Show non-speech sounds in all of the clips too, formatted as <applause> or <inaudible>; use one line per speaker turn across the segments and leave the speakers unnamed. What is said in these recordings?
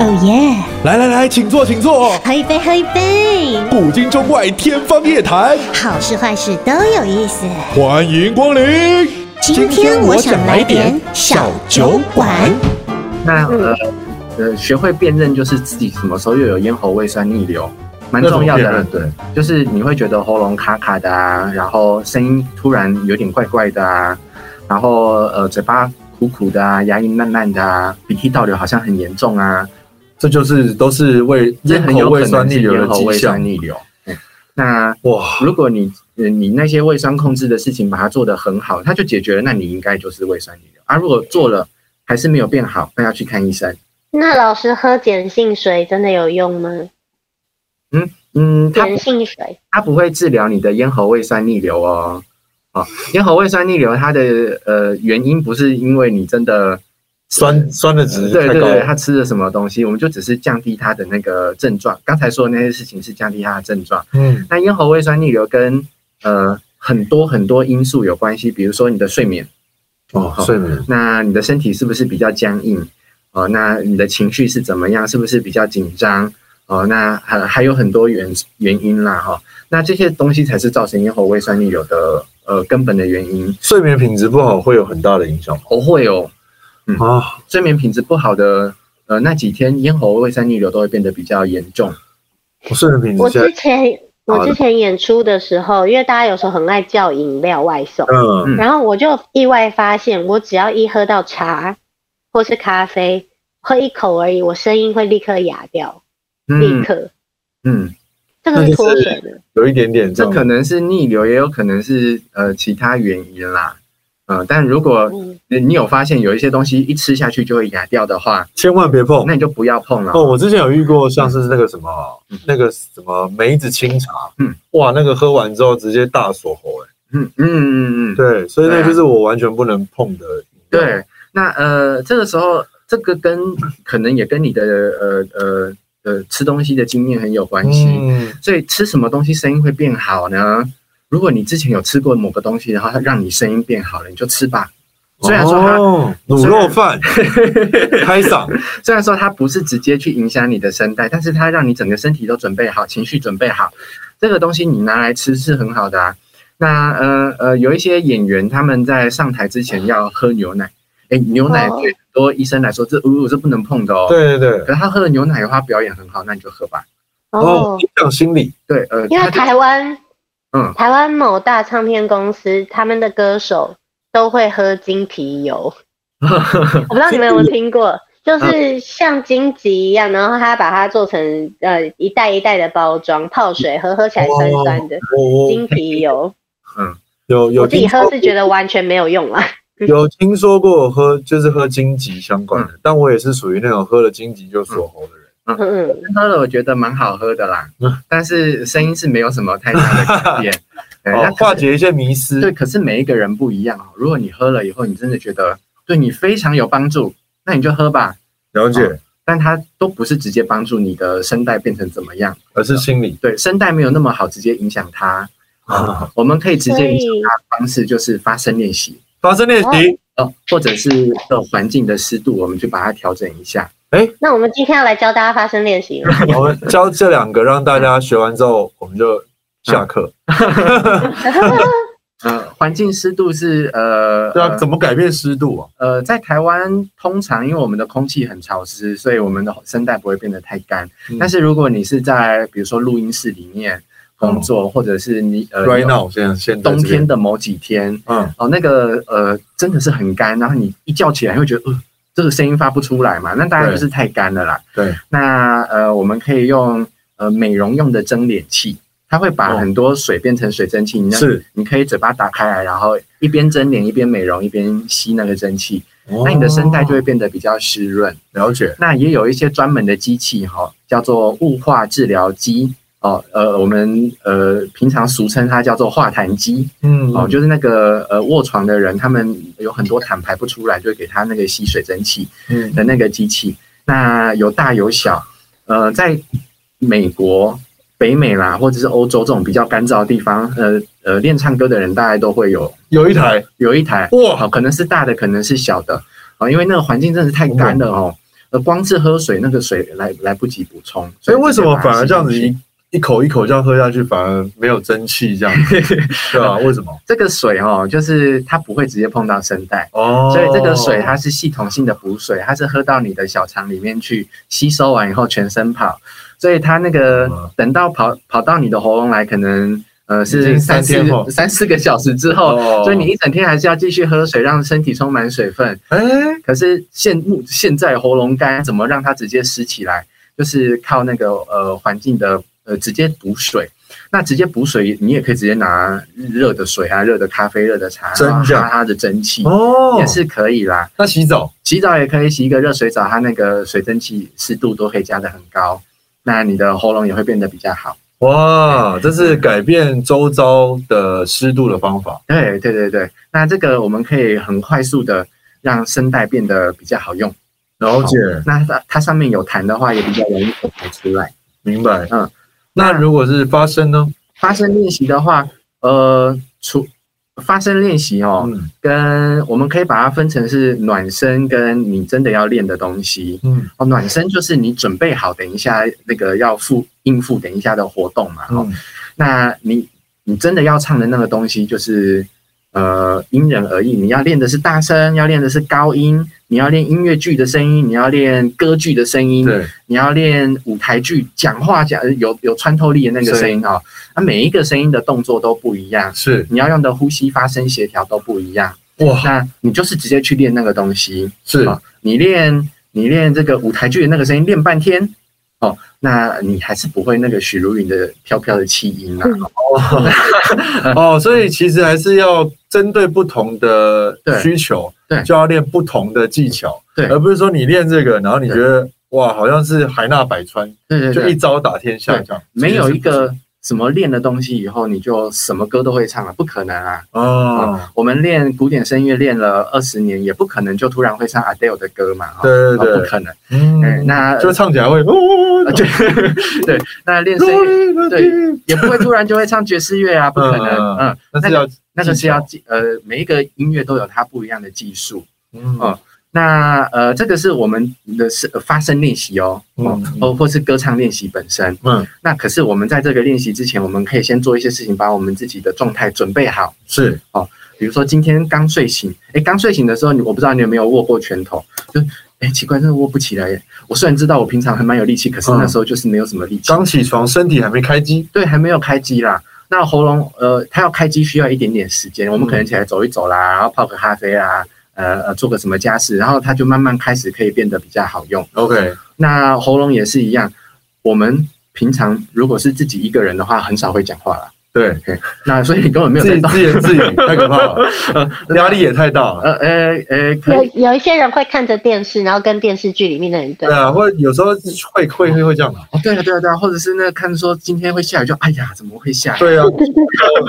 哦耶！
来来来，请坐，请坐。
喝一杯，喝一杯，
古今中外，天方夜谭，
好事坏事都有意思。
欢迎光临。
今天我想来点小酒馆。
那
嗯
呃呃，学会辨认就是自己什么时候又有咽喉胃酸逆流，蛮重要
那
的。
怎么辨认
就是你会觉得喉咙卡卡的啊，然后声音突然有点怪怪的啊，然后呃嘴巴苦苦的啊，牙龈烂烂的啊，鼻涕倒流好像很严重啊，
这就是都是胃
这
咽
很
喉
有
胃
可
酸
能是
逆流
咽
的
喉
迹
胃
象
酸。逆流。嗯那
哇，
如果你呃你那些胃酸控制的事情把它做得很好，它就解决了，那你应该就是胃酸逆流啊。如果做了还是没有变好，那要去看医生。
那老师喝碱性水真的有用吗？
嗯，它
碱性水，
它不会治疗你的咽喉胃酸逆流哦。哦，咽喉胃酸逆流它的呃原因不是因为你真的
酸酸的值
对
太
对
高
对，他
了，
吃了什么东西，我们就只是降低它的那个症状。刚才说的那些事情是降低它的症状。
嗯，
那咽喉胃酸逆流跟呃很多很多因素有关系，比如说你的睡眠，
哦，
好
睡眠，
那你的身体是不是比较僵硬？哦，那你的情绪是怎么样？是不是比较紧张？哦，那还还有很多原原因啦，哈、那这些东西才是造成咽喉胃酸逆流的呃根本的原因。
睡眠品质不好会有很大的影响
哦，会哦，
啊，
睡眠品质不好的呃那几天，咽喉胃酸逆流都会变得比较严重。
我哦睡眠品
我
嗯质
之
现在，
前
好的
我之前演出的时候，因为大家有时候很爱叫饮料外送，
嗯，
嗯
然后我就意外发现，我只要一喝到茶或是咖啡，喝一口而已，我声音会立刻哑掉，立
嗯
刻，
嗯，
这
那
个
就是
是脱水的。
有一点点这
这可
样，
能是逆流，也有可能是呃其他原因啦。嗯、但如果
哦
嗯，
你你有发现有一些东西一吃下去就会哑掉的话，
千万别碰
那。你就不要碰了。
哦，我之前有遇过，像是那个什么
嗯，
那个什么梅子清茶，
嗯，
哇，那个喝完之后直接大锁喉，哎，
嗯嗯嗯嗯，嗯，
对，所以那
对啊
就是我完全不能碰的饮料，
对。那呃，这个时候，这个跟可能也跟你的呃呃呃吃东西的经验很有关系。
嗯，
所以吃什么东西声音会变好呢？如果你之前有吃过某个东西，然后它让你声音变好了，你就吃吧。虽然说它、
哦卤
<laughs>
肉饭开嗓，
虽然说它不是直接去影响你的声带，但是它让你整个身体都准备好，情绪准备好，这个东西你拿来吃是很好的啊。那呃呃，有一些演员他们在上台之前要喝牛奶，哎，牛奶
哦
对很多医生来说这呜、是不能碰的哦。，
对对对
可，是他喝了牛奶的话，表演很好，那你就喝吧。
哦
哦，
影响心理，
对，呃，
因为
他就
台湾
嗯，
台湾某大唱片公司他们的歌手都会喝金
<laughs>
皮油，我不知道你们有没有听
嗯
过，就是像荆棘一样，然后他把它做成呃一袋一袋的包装，泡水喝，喝起来酸酸
哦
的。
我我
金皮油，
有有
我自己
听说
喝是觉得完全没有
<laughs>
用啊。
有听说过喝就是喝荆棘相关的，
嗯
但我也是属于那种喝了荆棘就锁喉的人。
嗯，嗯
喝了我觉得蛮好喝的啦，
嗯
但是声音是没有什么太大的改变。哎那
哦，
可
化
是
解一些迷
对，
思。
可是每一个人不一样哦。如果你喝了以后，你真的觉得对你非常有帮助，那你就喝吧。
了解，
但它都不是直接帮助你的声带变成怎么样，
而是心理。
对，声带没有那么好直接影响它。
啊
我们可以直
所
接影响
以
它的方式就是发声练习
发声练习，
哦，或者是呃环境的湿度，我们去把它调整一下。
那我们今天要来教大家发声练
<laughs>
习了。 <laughs>
啊
我们教这两个，让大家学完之后，我们就下课。
嗯呃，环境湿度是呃，
对啊，
呃
怎么改变湿度啊？
呃，在台湾通常因为我们的空气很潮湿，所以我们的声带不会变得太干。
嗯
但是如果你是在比如说录音室里面工作，或者是你呃
哦 Right now，现在现在
冬
这边
天，的某几天
嗯，
哦，那个呃真的是很干，然后你一叫起来会觉得呃这个声音发不出来嘛，那当然
对
就是太干了啦。
对，
那呃我们可以用呃美容用的蒸脸器。它会把
哦
很多水变成水蒸气，你那
是。
你可以嘴巴打开来，然后一边蒸脸一边美容，一边吸那个蒸汽。那
那
你的声带就会变得比较湿润。
哦了解。
那也有一些专门的机器哈、叫做雾化治疗机哦，呃，我们呃平常俗称它叫做化痰机
嗯，
哦，就是那个呃卧床的人，他们有很多痰排不出来，就会给他那个吸水蒸气
嗯，
的那个机器。那有大有小，呃，在美国。北美啦，或者是欧洲这种比较干燥的地方，呃呃，练唱歌的人大概都会有
有一台
有一台，
哇，
哦好，可能是大的，可能是小的，啊，因为那个环境真的是太干了哦。呃，光是喝水那个水来来不及补充，
所
所
哎以为什么反而这样子
直接把它吸进
一
去？
一口一口这样喝下去，反而没有蒸汽这样
<laughs>
子，对吧、为什么？
这个水哦，就是它不会直接碰到声带，
哦，
所以这个水它是系统性的补水，它是喝到你的小肠里面去，吸收完以后全身跑，所以它那
嗯
个等到跑跑到你的喉咙来，可能呃
已经
是
三
三
天
四
后
三四个小时之后，
哦
所以你一整天还是要继续喝水，让身体充满水分。
哎、
可是现目现在喉咙干怎么让它直接湿起来？就是靠那个呃环境的呃直接补水。那直接补水，你也可以直接拿热的水啊、热的咖啡、热的茶，
蒸
然后
这样
哈它的蒸汽、
哦，
也是可以啦。
那洗澡
洗澡也可以洗一个热水澡，它那个水蒸气湿度都可以加的很高，那你的喉咙也会变得比较好。
哇，这是改变周遭的湿度的方法。
对对对对，那这个我们可以很快速的让声带变得比较好用。
了解，
那它它上面有痰的话，也比较容易口排出来。
明白。
嗯，
那如果是发声呢？
发声练习的话，呃，除发声练习哦，
嗯
跟我们可以把它分成是暖身跟你真的要练的东西。
嗯
哦，暖身就是你准备好等一下那个要付应付等一下的活动嘛。哦，
嗯，
那你你真的要唱的那个东西，就是呃因人而异。你要练的是大声，要练的是高音，你要练音乐剧的声音，你要练歌剧的声音，
对，
你要练舞台剧讲话讲有有穿透力的那个声音哦。那每一个声音的动作都不一样，
是
你要用的呼吸发声协调都不一样。
哇，
那你就是直接去练那个东西。
是
哦你练你练这个舞台剧的那个声音练半天，哦，那你还是不会那个许茹芸的飘飘的气音啊。
哦，所以其实还是要针对不同的
对
需求，
对
就要练不同的技巧，
对
而不是说你练这个，然后你觉
对
得哇，好像是海纳百川，
对对
就
对
一，招打天下这样，
没有一
其实是
个什么练的东西以后你就什么歌都会唱了，不可能啊！
不哦，
我们练古典声乐练了二十年，也不可能就突然会唱 Adele 的歌嘛，哈
对
啊
对
不
对，
可能。哎
嗯，
那
就唱起来会哦，
就对，那练声乐对也不会突然就会唱爵士乐啊，不可能。
嗯
嗯，
那是要
那个是要
技
技呃，每一个音乐都有它不一样的技术。
嗯
哦那呃，这个是我们的是呃发声练习哦，哦
嗯，
或或是歌唱练习本身。
嗯，
那可是我们在这个练习之前，我们可以先做一些事情，把我们自己的状态准备好。
是
比如说今天刚睡醒，哎，刚睡醒的时候，你我不知道你有没有握过拳头，就哎奇怪，真的握不起来耶。我虽然知道我平常还蛮有力气，可是
嗯
那时候就是没有什么力气，
刚起床，身体还没开机，
对，还没有开机啦。那喉咙呃，它要开机需要一点点时间，我们
嗯
可能起来走一走啦，然后泡个咖啡啦，呃呃，做个什么家事，然后它就慢慢开始可以变得比较好用。
OK，
那喉咙也是一样，我们平常如果是自己一个人的话，很少会讲话啦。
对，
那所以你根本没有
自
在
己
动。
自言
<laughs>
自语太可怕了，压力也太大了。
呃呃呃，可
有
以，
有一些人会看着电视，然后跟电视剧里面的人对
对啊，或者有时候会会会会这样的，
哦对啊对啊对啊，或者是那看说今天会下雨就，哎呀怎么会下雨？
对
<laughs>
啊，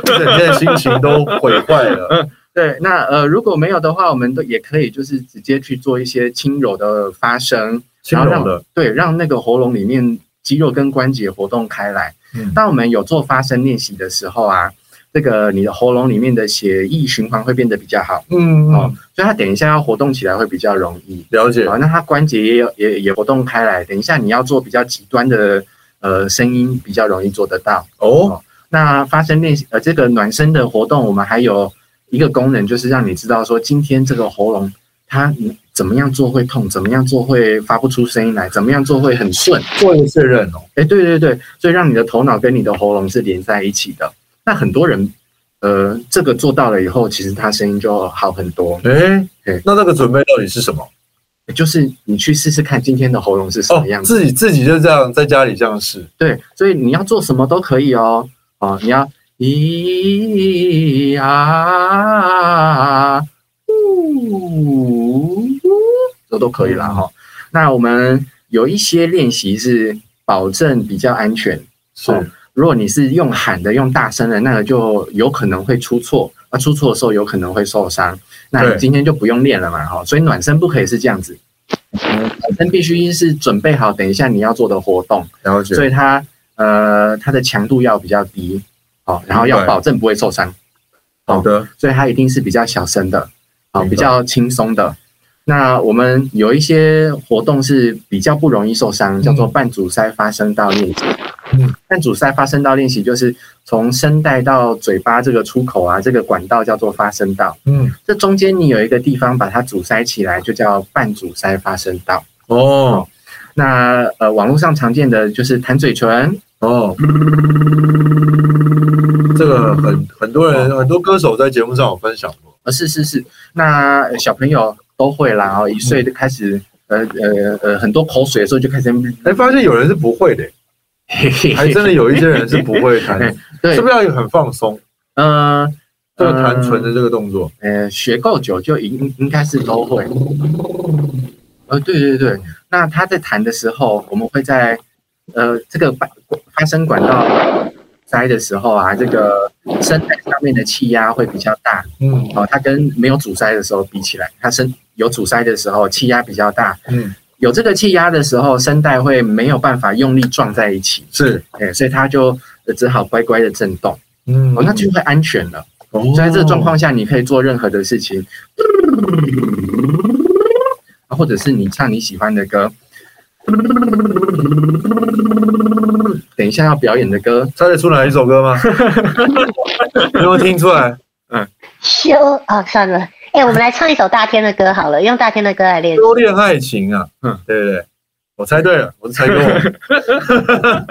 整天的心情都毁坏
嗯
了。
对，那呃如果没有的话，我们都也可以就是直接去做一些轻柔的发声，
轻
然
柔
后
的
让，对，让那个喉咙里面肌肉跟关节活动开来。
嗯
当我们有做发声练习的时候啊，这个你的喉咙里面的血液循环会变得比较好。
嗯
哦
嗯，，
所以它等一下要活动起来会比较容易。
了解
好，那它关节也有也也活动开来，等一下你要做比较极端的呃声音比较容易做得到。
哦，
那发声练习呃这个暖身的活动，我们还有一个功能就是让你知道说今天这个喉咙它嗯怎么样做会痛，怎么样做会发不出声音来，怎么样做会很顺。
做一个确认哦，
哎，对对对，所以让你的头脑跟你的喉咙是连在一起的。那很多人呃这个做到了以后，其实他声音就好很多。
诶，
对
那这个准备到底是什么？
就是你去试试看今天的喉咙是什
哦
么样，子。
自己自己就这样在家里这样试，
对，所以你要做什么都可以哦。哦，你要咿啊呜，这都可以啦哈、哦。那我们有一些练习是保证比较安全。
是
哦如果你是用喊的、用大声的，那个就有可能会出错。啊，出错的时候有可能会受伤。那
对
你今天就不用练了嘛，哈。所以暖身不可以是这样子，嗯暖身必须是准备好，等一下你要做的活动，
了解
所，以它呃它的强度要比较低，哦，然后
明
要
白
保证不会受伤，
好的，
所以它一定是比较小声的，哦，
明白
比较轻松的。那我们有一些活动是比较不容易受伤，叫做半阻塞发声道练习。
嗯，
半阻塞发声道练习就是从声带到嘴巴这个出口啊，这个管道叫做发声道。
嗯，
这中间你有一个地方把它阻塞起来，就叫半阻塞发声道。
哦
那呃，网络上常见的就是弹嘴唇，
哦，这个很很多人很多歌手在节目上有分享过，
呃，是是是，那呃小朋友都会啦，哦，一岁就开始，呃呃呃，很多口水的时候就开始，
哎，发现有人是不会 <laughs> 的，
嘿嘿
<laughs> 还
嘿
真的有一些人是不会弹 <laughs> 的，
对
是不，是要很放松？
呃
这个弹唇的这个动作，
呃，学够久就应应该是都会，呃，对对对，那他在弹的时候，我们会在呃这个发发声管道塞的时候啊，这个声带上面的气压会比较大，
嗯
哦，它跟没有阻塞的时候比起来，它声有阻塞的时候气压比较大，
嗯，
有这个气压的时候，声带会没有办法用力撞在一起，
是，
哎，所以它就呃只好乖乖的震动，
嗯
哦，那就会安全了。
哦
所以在这个状况下，你可以做任何的事情，啊或者是你唱你喜欢的歌，等一下要表演的歌，
猜得出来一首歌 <laughs> 吗？有没有听出来？
修啊、算了，哎、我们来唱一首大天的歌好了，用大天的歌来练习。
修炼爱情啊，
嗯
对不对？我猜对了，我是猜歌 <laughs> 王。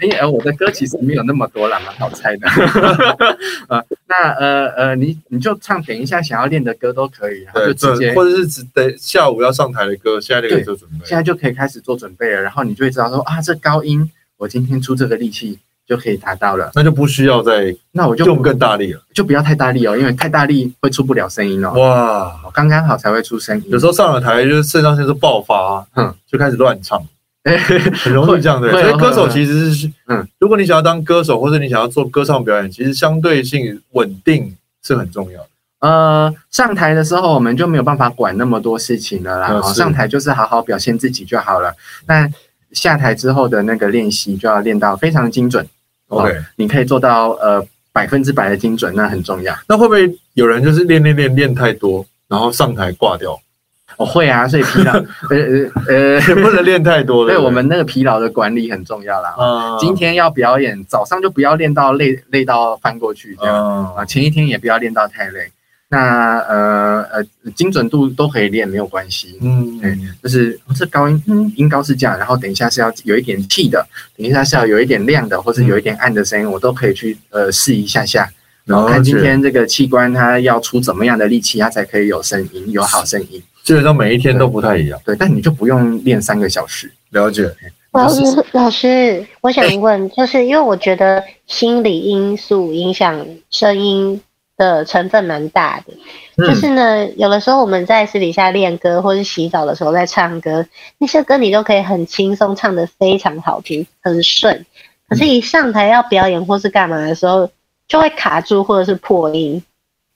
因为呃我的歌其实没有那么多啦，蛮好猜的。 <laughs> 呃，那呃呃，你你就唱等一下想要练的歌都可以，然后就
对，
直接
或者是只等下午要上台的歌，现在就可以做准备
现。在就可以开始做准备了，然后你就会知道说啊，这高音我今天出这个力气就可以达到了，
那就不需要再
那我就
用更大力了。
就不要太大力哦，因为太大力会出不了声音哦，
哇，
刚刚好才会出声音。
有时
候
候上了台就是肾上腺素爆发，
嗯
嗯，就开始乱唱，
<laughs> 哎
很容易这样对。
会会
所以歌手
会
其实是，
嗯
嗯，如果你想要当歌手，或者你想要做歌唱表演，其实相对性稳定是很重要的。
呃上台的时候我们就没有办法管那么多事情了啦，
嗯
哦
是
上台就是好好表现自己就好了。那下台之后的那个练习就要练到非常精准。哦
OK，
你可以做到呃百分之百的精准，那很重要。
那会不会有人就是练练练练太多，然后上台挂掉？ <laughs>
我、会啊，所以疲劳，呃呃
也
呃，
不能练太多了。
<laughs> 对我们那个疲劳的管理很重要啦。
啊，
<laughs> 今天要表演，早上就不要练到累累到翻过去这样啊，
啊，
前一天也不要练到太累。那呃呃，精准度都可以练，没有关系。
嗯，
对就是哦这高音，嗯，音高是这样，然后等一下是要有一点气的，等一下是要有一点亮的，或是有一点暗的声音，我都可以去呃试一下下。然后看今天这个器官它要出怎么样的力气，它才可以有声音，有好声音。
基本上每一天都不太一样。
对，但你就不用练三个小时。
了解，
老师，老师，我想问，就是因为我觉得心理因素影响声音的成分蛮大的。
嗯
就是呢，有的时候我们在私底下练歌，或是洗澡的时候在唱歌，那些歌你都可以很轻松唱得非常好听，很顺。可是，一上台要表演或是干嘛的时候，就会卡住或者是破音，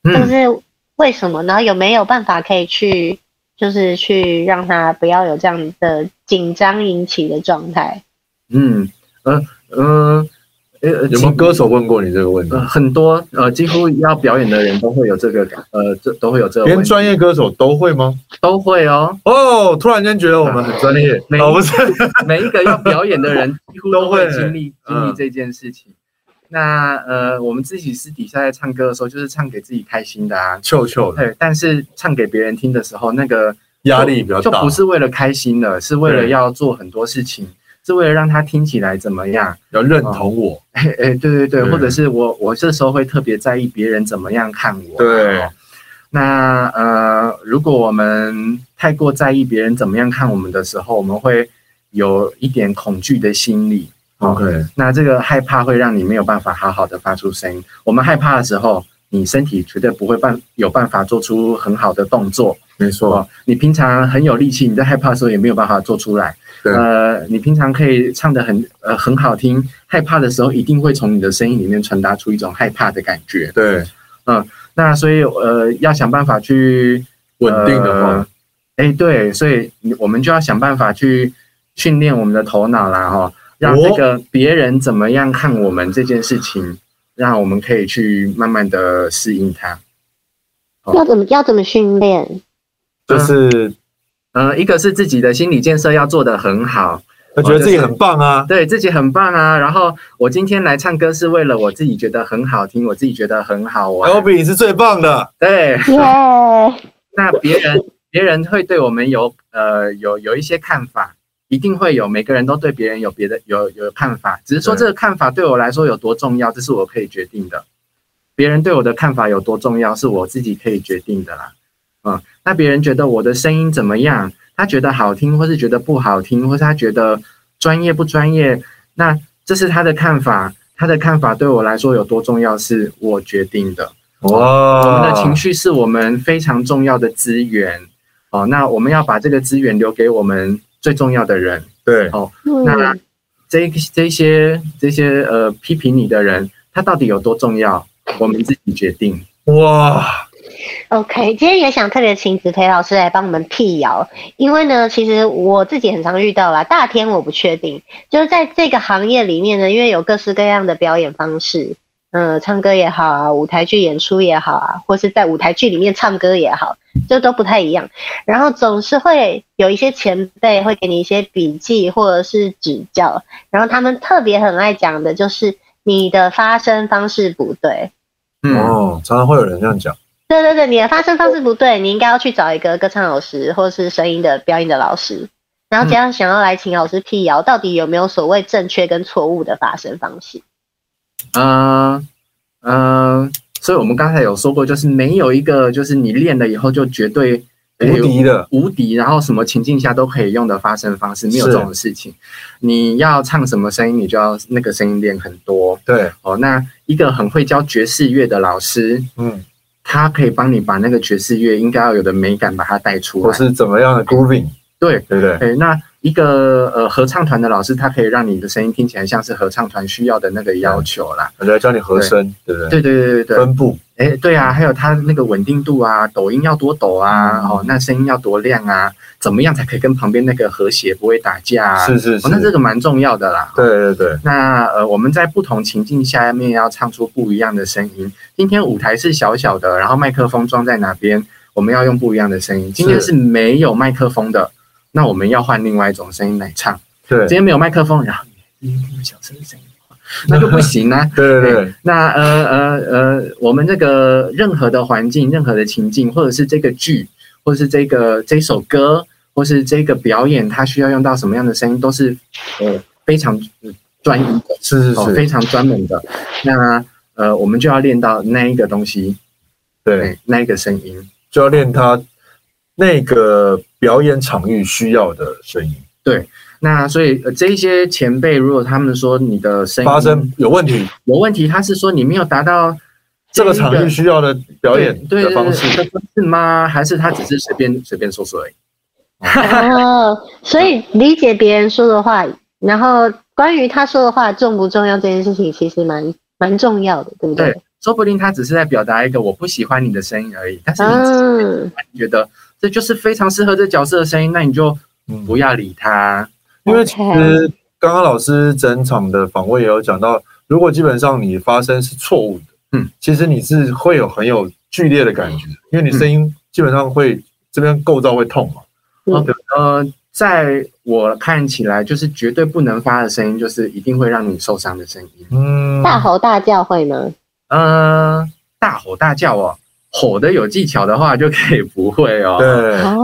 就
嗯，
是为什么？然后有没有办法可以去，就是去让他不要有这样的紧张引起的状态？
嗯呃呃呃，呃
有没有歌手问过你这个问题
呃？很多呃几乎要表演的人都会有这个感呃这都会有这个
连
问题，
专业歌手都会吗？
都会哦。
哦，突然间觉得我们很专业
啊没，
哦，不是， <laughs>
每一个要表演的人几乎都会经历
都会
经历
嗯
这件事情。那呃，我们自己私底下在唱歌的时候，就是唱给自己开心的啊。
臭臭的，
对，但是唱给别人听的时候，那个
压力比较
就
大，
不是为了开心了，是为了
对
要做很多事情，是为了让他听起来怎么样？
要认同我，
哎哎，对对对，
对
或者是我我这时候会特别在意别人怎么样看我。
对
哦。那呃，如果我们太过在意别人怎么样看我们的时候，我们会有一点恐惧的心理。哦那这个害怕会让你没有办法好好的发出声音。我们害怕的时候，你身体绝对不会办有办法做出很好的动作。
没
哦
错，，
你平常很有力气，你在害怕的时候也没有办法做出来。
对
呃，你平常可以唱得很呃很好听，害怕的时候一定会从你的声音里面传达出一种害怕的感觉。
对，
那所以呃要想办法去
稳定的话，
哎、诶对，所以你我们就要想办法去训练我们的头脑啦，哈，让这个别人怎么样看我们这件事情，让我们可以去慢慢的适应它。哦
要怎么要怎么训练？
就是
呃，一个是自己的心理建设要做得很好，
他觉得自己很棒啊，
对自己很棒啊。然后我今天来唱歌是为了我自己觉得很好听，我自己觉得很好玩。
哎我比你是最棒的，
对，
耶、
啊那别人别人会对我们有呃有有一些看法，一定会有，每个人都对别人有别的有有看法，只是说
对
这个看法对我来说有多重要，这是我可以决定的。别人对我的看法有多重要，是我自己可以决定的啦。嗯，那别人觉得我的声音怎么样，他觉得好听，或是觉得不好听，或是他觉得专业不专业，那这是他的看法。他的看法对我来说有多重要，是我决定的。我们
哇，
的情绪是我们非常重要的资源哦。那我们要把这个资源留给我们最重要的人。
对，
嗯
那这这些这些呃批评你的人，他到底有多重要，我们自己决定。
哇，
OK，今天也想特别请子培老师来帮我们辟谣，因为呢，其实我自己很常遇到啦，大天我不确定，就是在这个行业里面呢，因为有各式各样的表演方式，呃，唱歌也好啊，舞台剧演出也好啊，或是在舞台剧里面唱歌也好，就都不太一样。然后总是会有一些前辈会给你一些笔记或者是指教，然后他们特别很爱讲的就是你的发声方式不对，
嗯，
哦，常常会有人这样讲，
对对对，你的发声方式不对，你应该要去找一个歌唱老师或是声音的表演的老师，然后这样想要来请老师辟谣，到底有没有所谓正确跟错误的发声方式？
呃呃，所以我们刚才有说过，就是没有一个就是你练了以后就绝对
无敌的，
无敌，然后什么情境下都可以用的发声方式，没有
是
这种事情。你要唱什么声音，你就要那个声音练很多
对，
哦。那一个很会教爵士乐的老师，
嗯，
他可以帮你把那个爵士乐应该要有的美感把它带出
我
来。
是怎么样的 grooving，
对，
对不对？
哎，那一个呃合唱团的老师，他可以让你的声音听起来像是合唱团需要的那个要求啦。
我就来教你和声，对不对？
对对对对对，
嗯分布，
哎，对啊，还有他那个稳定度啊，抖音要多抖啊，
嗯
哦，那声音要多亮啊，怎么样才可以跟旁边那个和谐，不会打架啊？
是是是
哦，，那这个蛮重要的啦。
对对对，
那呃，我们在不同情境下面要唱出不一样的声音。今天舞台是小小的，然后麦克风装在哪边，我们要用不一样的声音。今天是没有麦克风的，那我们要换另外一种声音来唱。
对
今天没有麦克风，然后你用小声声音话，那就不行啊。
对对对，
那呃呃呃，我们这个任何的环境、任何的情境，或者是这个剧，或者是这个这首歌，或是这个表演，它需要用到什么样的声音，都是呃非常呃专一的，
是是
哦，
是，
非常专门的。那呃，我们就要练到那一个东西，
对，
对，那一个声音，
就要练他那个表演场域需要的声音，
那所以、呃、这一些前辈，如果他们说你的声音
发声有问题，
有问题，他是说你没有达到
这个场域需要的表演
对
的
对
方
对
式，
对是吗？还是他只是随便随便说说而已？
哦，所以理解别人说的话，然后关于他说的话重不重要这件事情，其实蛮蛮重要的，对不对
对？说不定他只是在表达一个我不喜欢你的声音而已，但是
啊
你自
嗯，
己觉得这就是非常适合这角色的声音，那你就
嗯
不要理他。
因为其实刚刚老师整场的访问也有讲到，如果基本上你发声是错误的，
嗯，
其实你是会有很有剧烈的感觉，因为你声音基本上会这边构造会痛嘛，
呃，在我看起来，就是绝对不能发的声音，就是一定会让你受伤的声音。
嗯，
大吼大叫会吗？
呃，大吼大叫哦，吼的有技巧的话就可以不会哦。
对，
哦，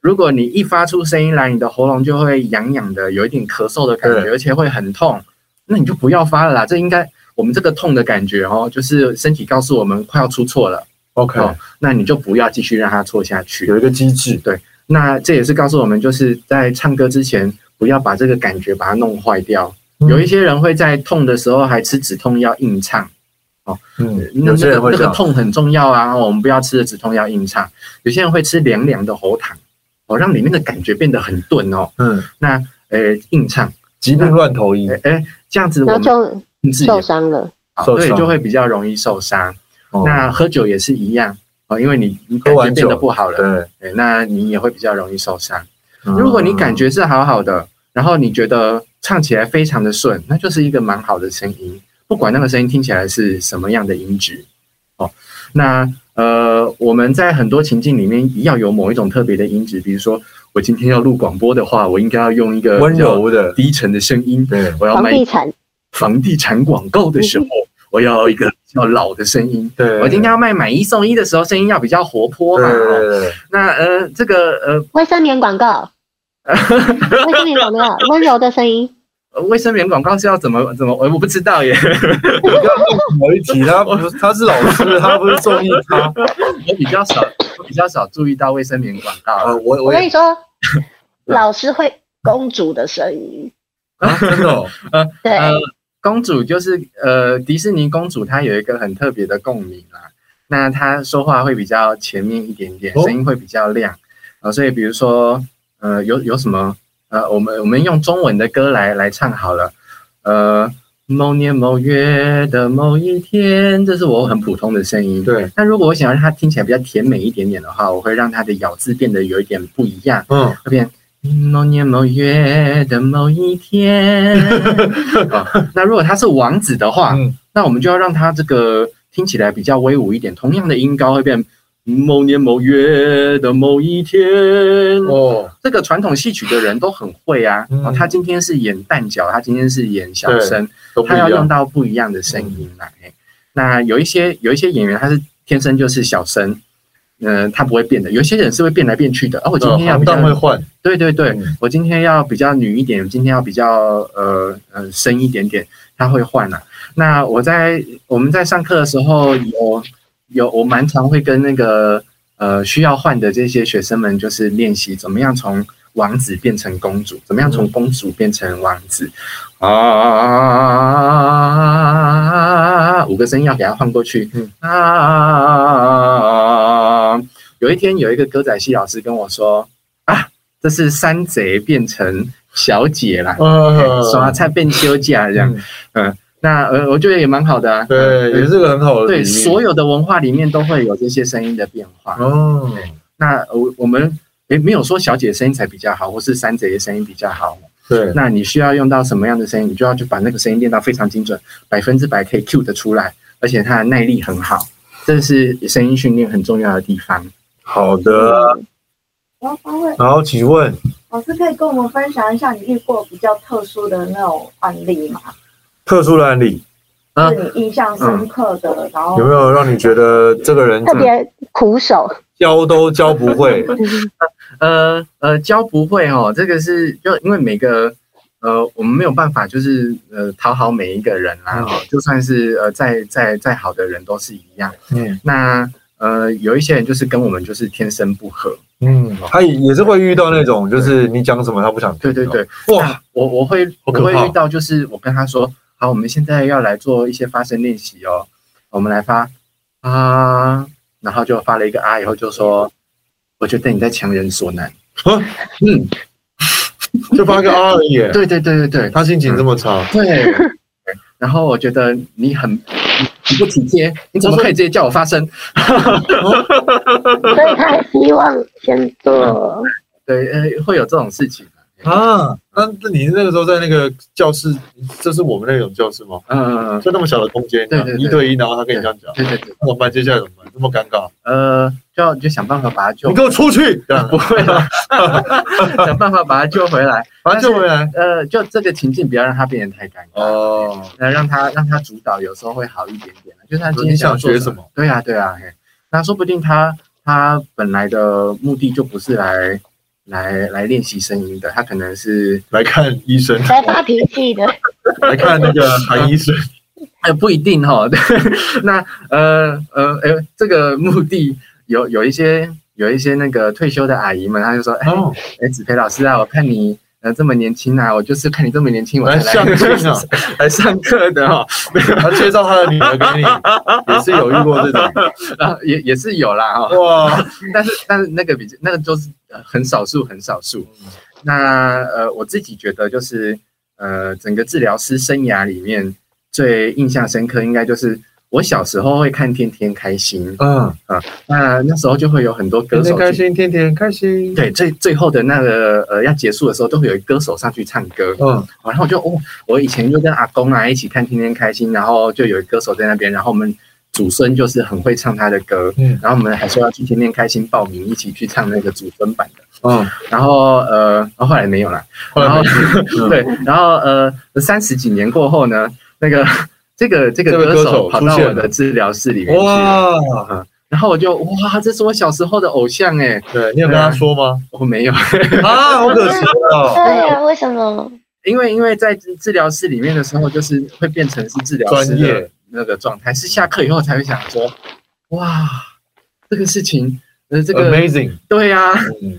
如果你一发出声音来，你的喉咙就会痒痒的，有一点咳嗽的感觉，
对
而且会很痛，那你就不要发了啦。这应该我们这个痛的感觉哦，就是身体告诉我们快要出错了，
OK，
哦那你就不要继续让它错下去
有。一个机制，
那这也是告诉我们，就是在唱歌之前，不要把这个感觉把它弄坏掉。
嗯
有一些人会在痛的时候还吃止痛药硬唱，
嗯，
那
有些
那
人
个
会
那
这
个
样，
痛很重要啊，哦我们不要吃了止痛药硬唱。有些人会吃凉凉的喉糖，哦，让里面的感觉变得很钝哦。
嗯，
那呃硬唱，
疾病乱投医
哎、哎，这样子
然
我
后
们
就
控制也
受伤了。
好
受
对，
伤
就会比较容易受伤。
哦
那喝酒也是一样哦，因为你你
喝
感
完
觉变得
酒
不好了，
对，
对，那你也会比较容易受伤。
嗯
如果你感觉是好好的，然后你觉得唱起来非常的顺，那就是一个蛮好的声音，不管那个声音听起来是什么样的音质哦。那呃，我们在很多情境里面要有某一种特别的音质，比如说我今天要录广播的话，我应该要用一个
温柔的
低沉的声音。
对，
我要
房
卖
地产
房地产广告的
嗯
时候，我要一个比较老的声音。
对
我今天要卖买一送一的时候，声音要比较活泼嘛。
对
哦
对对，
那呃，这个呃，
卫生棉
<laughs>
广告，卫生棉广告，温柔的声音，
呃卫生棉广告是要怎么怎么？我我不知道耶，
某一题他不是他是老师，他不是中意他。
我比较少，我比较少注意到卫生棉广告。
呃，我
我
我
跟你
也 <laughs>
说，老师会公主的声音，
啊真的哦
对，
呃，公主就是呃，迪士尼公主，她有一个很特别的共鸣啦。那她说话会比较前面一点点，
哦
声音会比较亮啊、呃所以比如说呃，有有什么呃，我们我们用中文的歌来来唱好了。呃，某年某月的某一天，这是我很普通的声音。
对，
那如果我想要让它听起来比较甜美一点点的话，我会让它的咬字变得有一点不一样。
嗯，
这边某年某月的某一天、哦那如果他是王子的话，
嗯
那我们就要让他这个听起来比较威武一点，同样的音高会变某年某月的某一天。
哦，
这个传统戏曲的人都很会啊，
嗯
哦、他今天是演旦角，他今天是演小
对
生，
都不
他
一
要用
样。
到不一样的声音来。那有一些有一些演员他是天生就是小生，嗯、他不会变的。有些人是会变来变去的。哦，我今天要
行
比较，
当会换，
对对对，
嗯
我今天要比较女一点，我今天要比较呃呃深一点点，他会换啊。那我在我们在上课的时候有有我蛮常会跟那个呃需要换的这些学生们就是练习怎么样从王子变成公主，怎么样从公主变成王子啊，五个声音要给他换过去，
嗯
啊。有一天有一个歌仔戏老师跟我说啊，这是山贼变成小姐啦，
呃，
耍菜变休假这样，嗯、那呃我觉得也蛮好的啊，
对，也是个很好的
对，
比喻
所有的文化里面都会有这些声音的变化。
哦，
那呃我我们诶没有说小姐的声音才比较好，或是山贼的声音比较好。
对，
那你需要用到什么样的声音，你就要去把那个声音练到非常精准，百分之百可以 Q 得出来，而且它的耐力很好，这是声音训练很重要的地方。
好的。
然后方慧
然后请问，
老师可以跟我们分享一下你遇过比较特殊的那种案例吗？
特殊的案例
啊
就是你印象深刻的，然后
有没有让你觉得这个人
特别苦手，
教都教不会？
呃呃，教不会哦，这个是就因为每个呃，我们没有办法就是呃讨好每一个人
嗯
啦、哦，就算是呃再再再好的人都是一样。
嗯
那呃有一些人就是跟我们就是天生不合，
嗯，他也也是会遇到那种，就是你讲什么他不想
对
听。
对对，
哦哇，
那我我会
好
我
可
会
怕
遇到，就是我跟他说，好，我们现在要来做一些发声练习哦，我们来发啊，然后就发了一个啊，以后就说，我觉得你在强人所难。
哦
嗯，
就发个啊而已耶。
对对对对对
他心情这么差，
对。然后我觉得你很你你不体贴，你怎么可以直接叫我发声？
嗯
所以他希望先做。
对，呃，会有这种事情。
啊，那那你那个时候在那个教室，这是我们那种教室吗？
嗯，
就那么小的空间，
对对对
一对一，然后他跟你这样讲，
对对对，
那怎么办？接下来怎么办？这么尴尬，
呃，就要就想办法把他救 <laughs>
你，给我出去， <laughs> 这样
不会啦，想办法把他救回来。
把他救回来。
呃，就这个情境不要让他变得太尴尬，
哦，
那让他让他主导有时候会好一点点啦就是他今天
你想
要做
学
什
什
么
么？
对啊，对啊，嘿，那说不定他他本来的目的就不是来来来练习声音的，他可能是
来看医生，
来发脾气的，
来看那个韩医生。
哎不一定哈。 <laughs> 对那呃呃哎，这个目的有有一些有一些那个退休的阿姨们，她就说哎
<laughs> 哦，
哎子培老师啊，我看你。呃，这么年轻啊！我就是看你这么年轻，我才
来相亲啊，
来上课的哦。
他介绍他的女儿给你，也是有遇过这 <laughs> 种。
<laughs> 啊，也也是有啦哈、哦，
哇，
但是但是那个比较那个就是呃很少数很少数。
嗯
那呃我自己觉得就是呃整个治疗师生涯里面最印象深刻，应该就是我小时候会看《天天开心》，
嗯，
那那时候就会有很多歌
天
手
天
去
开。心，天天开心。，
对，最最后的那个呃，要结束的时候，都会有一歌手上去唱歌，
嗯，
然后我就哦，我以前就跟阿公啊一起看《天天开心》，然后就有一歌手在那边，然后我们祖孙就是很会唱他的歌，
嗯
然后我们还说要去天天开心报名一起去唱那个祖孙版的，
嗯，
然后呃，然后后来没有啦，
后来没嗯
对，然后 <laughs> 呃，三十几年过后呢，那个这个这个
这位歌
歌
手
手跑到
出现
我的
了
治疗室里面去，
哇，
然后我就哇，这是我小时候的偶像哎，
对你有跟他说吗？
我没有，
啊，好可惜哦，
对啊，为什么？
因为因为在治疗室里面的时候，就是会变成是治疗师
专业
的那个状态，是下课以后才会想说，哇，这个事情，呃，这个
amazing，
对呀、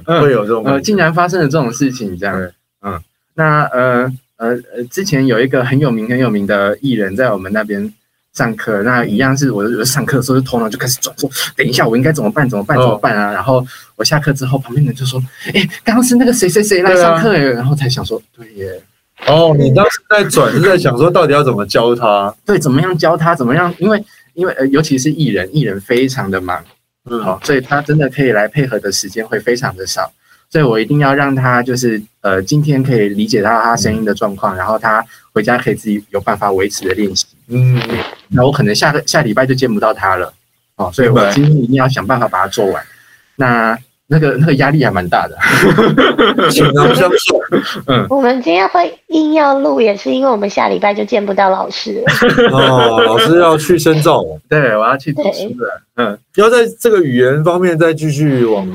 嗯，会有这种感觉
呃，竟然发生了这种事情，这样
对，
嗯，那呃呃呃，之前有一个很有名很有名的艺人，在我们那边上课，那一样是我我上课的时候就头脑就开始转，说等一下我应该怎么办怎么办
哦
怎么办啊？然后我下课之后，旁边的人就说，哎，刚刚是那个谁谁谁来
啊
上课耶，然后才想说，对耶，
哦，你当时在转是在想说到底要怎么
<laughs>
教他，
对，怎么样教他，怎么样，因为。因为呃，尤其是艺人，艺人非常的忙，
嗯，
好，所以他真的可以来配合的时间会非常的少，所以我一定要让他就是呃，今天可以理解到他声音的状况，然后他回家可以自己有办法维持的练习。
嗯，
那我可能下个下礼拜就见不到他了，哦，所以
明
我
白
今天一定要想办法把它做完。那那个那个压力还蛮大的，
倾囊相授，嗯
我们今天会硬要录，也是因为我们下礼拜就见不到老
<laughs>
师了。
哦，老师要去深造，
对，我要去读
对
书了。嗯，
要在这个语言方面再继续往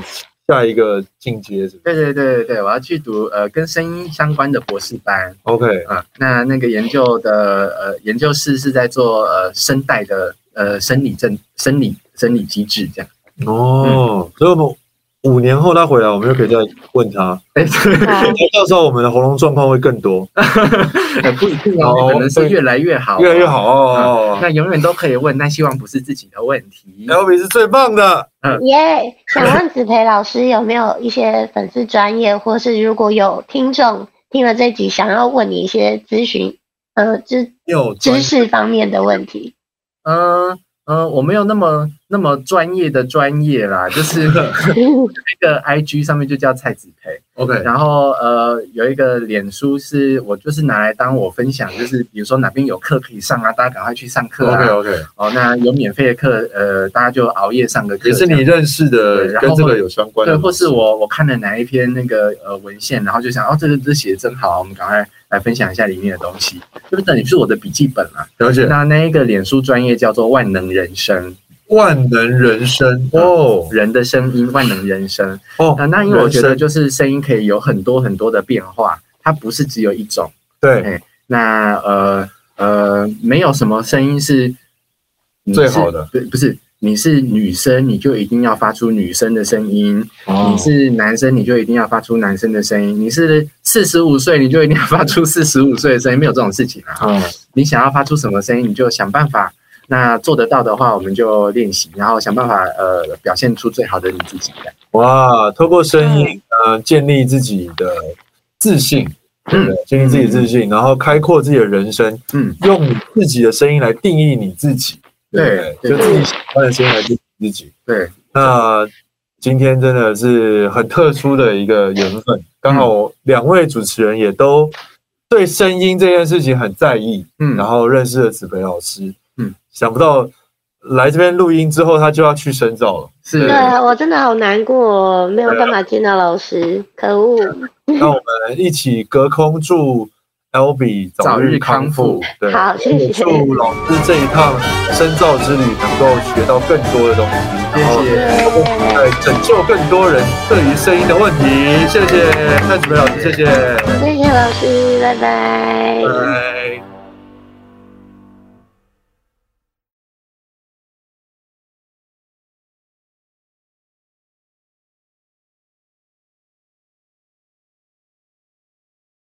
下一个进阶，是不是
对对对对对，我要去读呃跟声音相关的博士班。
？OK，
啊，那那个研究的呃研究室是在做呃声带的呃生理症生理生理机制这样。 <laughs> 嗯
哦，所以我们五年后他回来，我们就可以再问他，
哎、对
啊
到时候我们的喉咙状况会更多，
不一定
好
哦，可能是越来越好，啊
越来越。好哦。
那永远都可以问，但希望不是自己的问题。
L B 是最棒的，
耶、想问子培老师有没有一些粉丝专业，或是如果有听众听了这集，想要问你一些咨询，呃，知
你有专
知识方面的问题，
嗯嗯，我没有那么那么专业的专业啦， <laughs> 就是那个 IG 上面就叫蔡子培，
OK，
然后呃有一个脸书是我就是拿来当我分享，就是比如说哪边有课可以上啊，大家赶快去上课啊。
OK OK，
哦，那有免费的课，呃，大家就熬夜上个课，
也是你
这样
认识的
对然后
跟这个有相关的
对，
老师，
或是我我看了哪一篇那个呃文献，然后就想哦，这个这写的真好，我们赶快来分享一下里面的东西，就等于是我的笔记本啦、
了解
那那一个脸书专业叫做万能人生，
万能人生哦
人的声音，万能人生。
哦
嗯那那因为我觉得
人生
就是声音可以有很多很多的变化，它不是只有一种。嗯
对
那呃呃，没有什么声音是你
最
是
好的，
对，不是你是女生，你就一定要发出女生的声音；
哦
你是男生，你就一定要发出男生的声音；你是四十五岁，你就一定要发出四十五岁的声音。没有这种事情啊！
嗯
你想要发出什么声音，你就想办法。那做得到的话，我们就练习，然后想办法呃表现出最好的你自己。
哇，透过声音呃建立自己的自信。对不对建立自己的自信，然后开阔自己的人生，
嗯，
用你自己的声音来定义你自己，对不对，
对
就自己喜欢的声音来定义自己。
对，
那今天真的是很特殊的一个缘分，刚好
嗯
两位主持人也都对声音这件事情很在意，
嗯，
然后认识了子培老师，
嗯，
想不到来这边录音之后，他就要去深造了。
是
对啊，我真的好难过哦，没有办法见到老师，可恶。
那我们呃一起隔空祝 L B
早
日
日
康
康
复
复，
对，
好谢谢
也祝老师这一趟深造之旅能够学到更多的东西，然后
谢谢。
来拯救更多人对于声音的问题。谢谢蔡子培老师，谢谢，
谢谢老师，拜拜。
拜。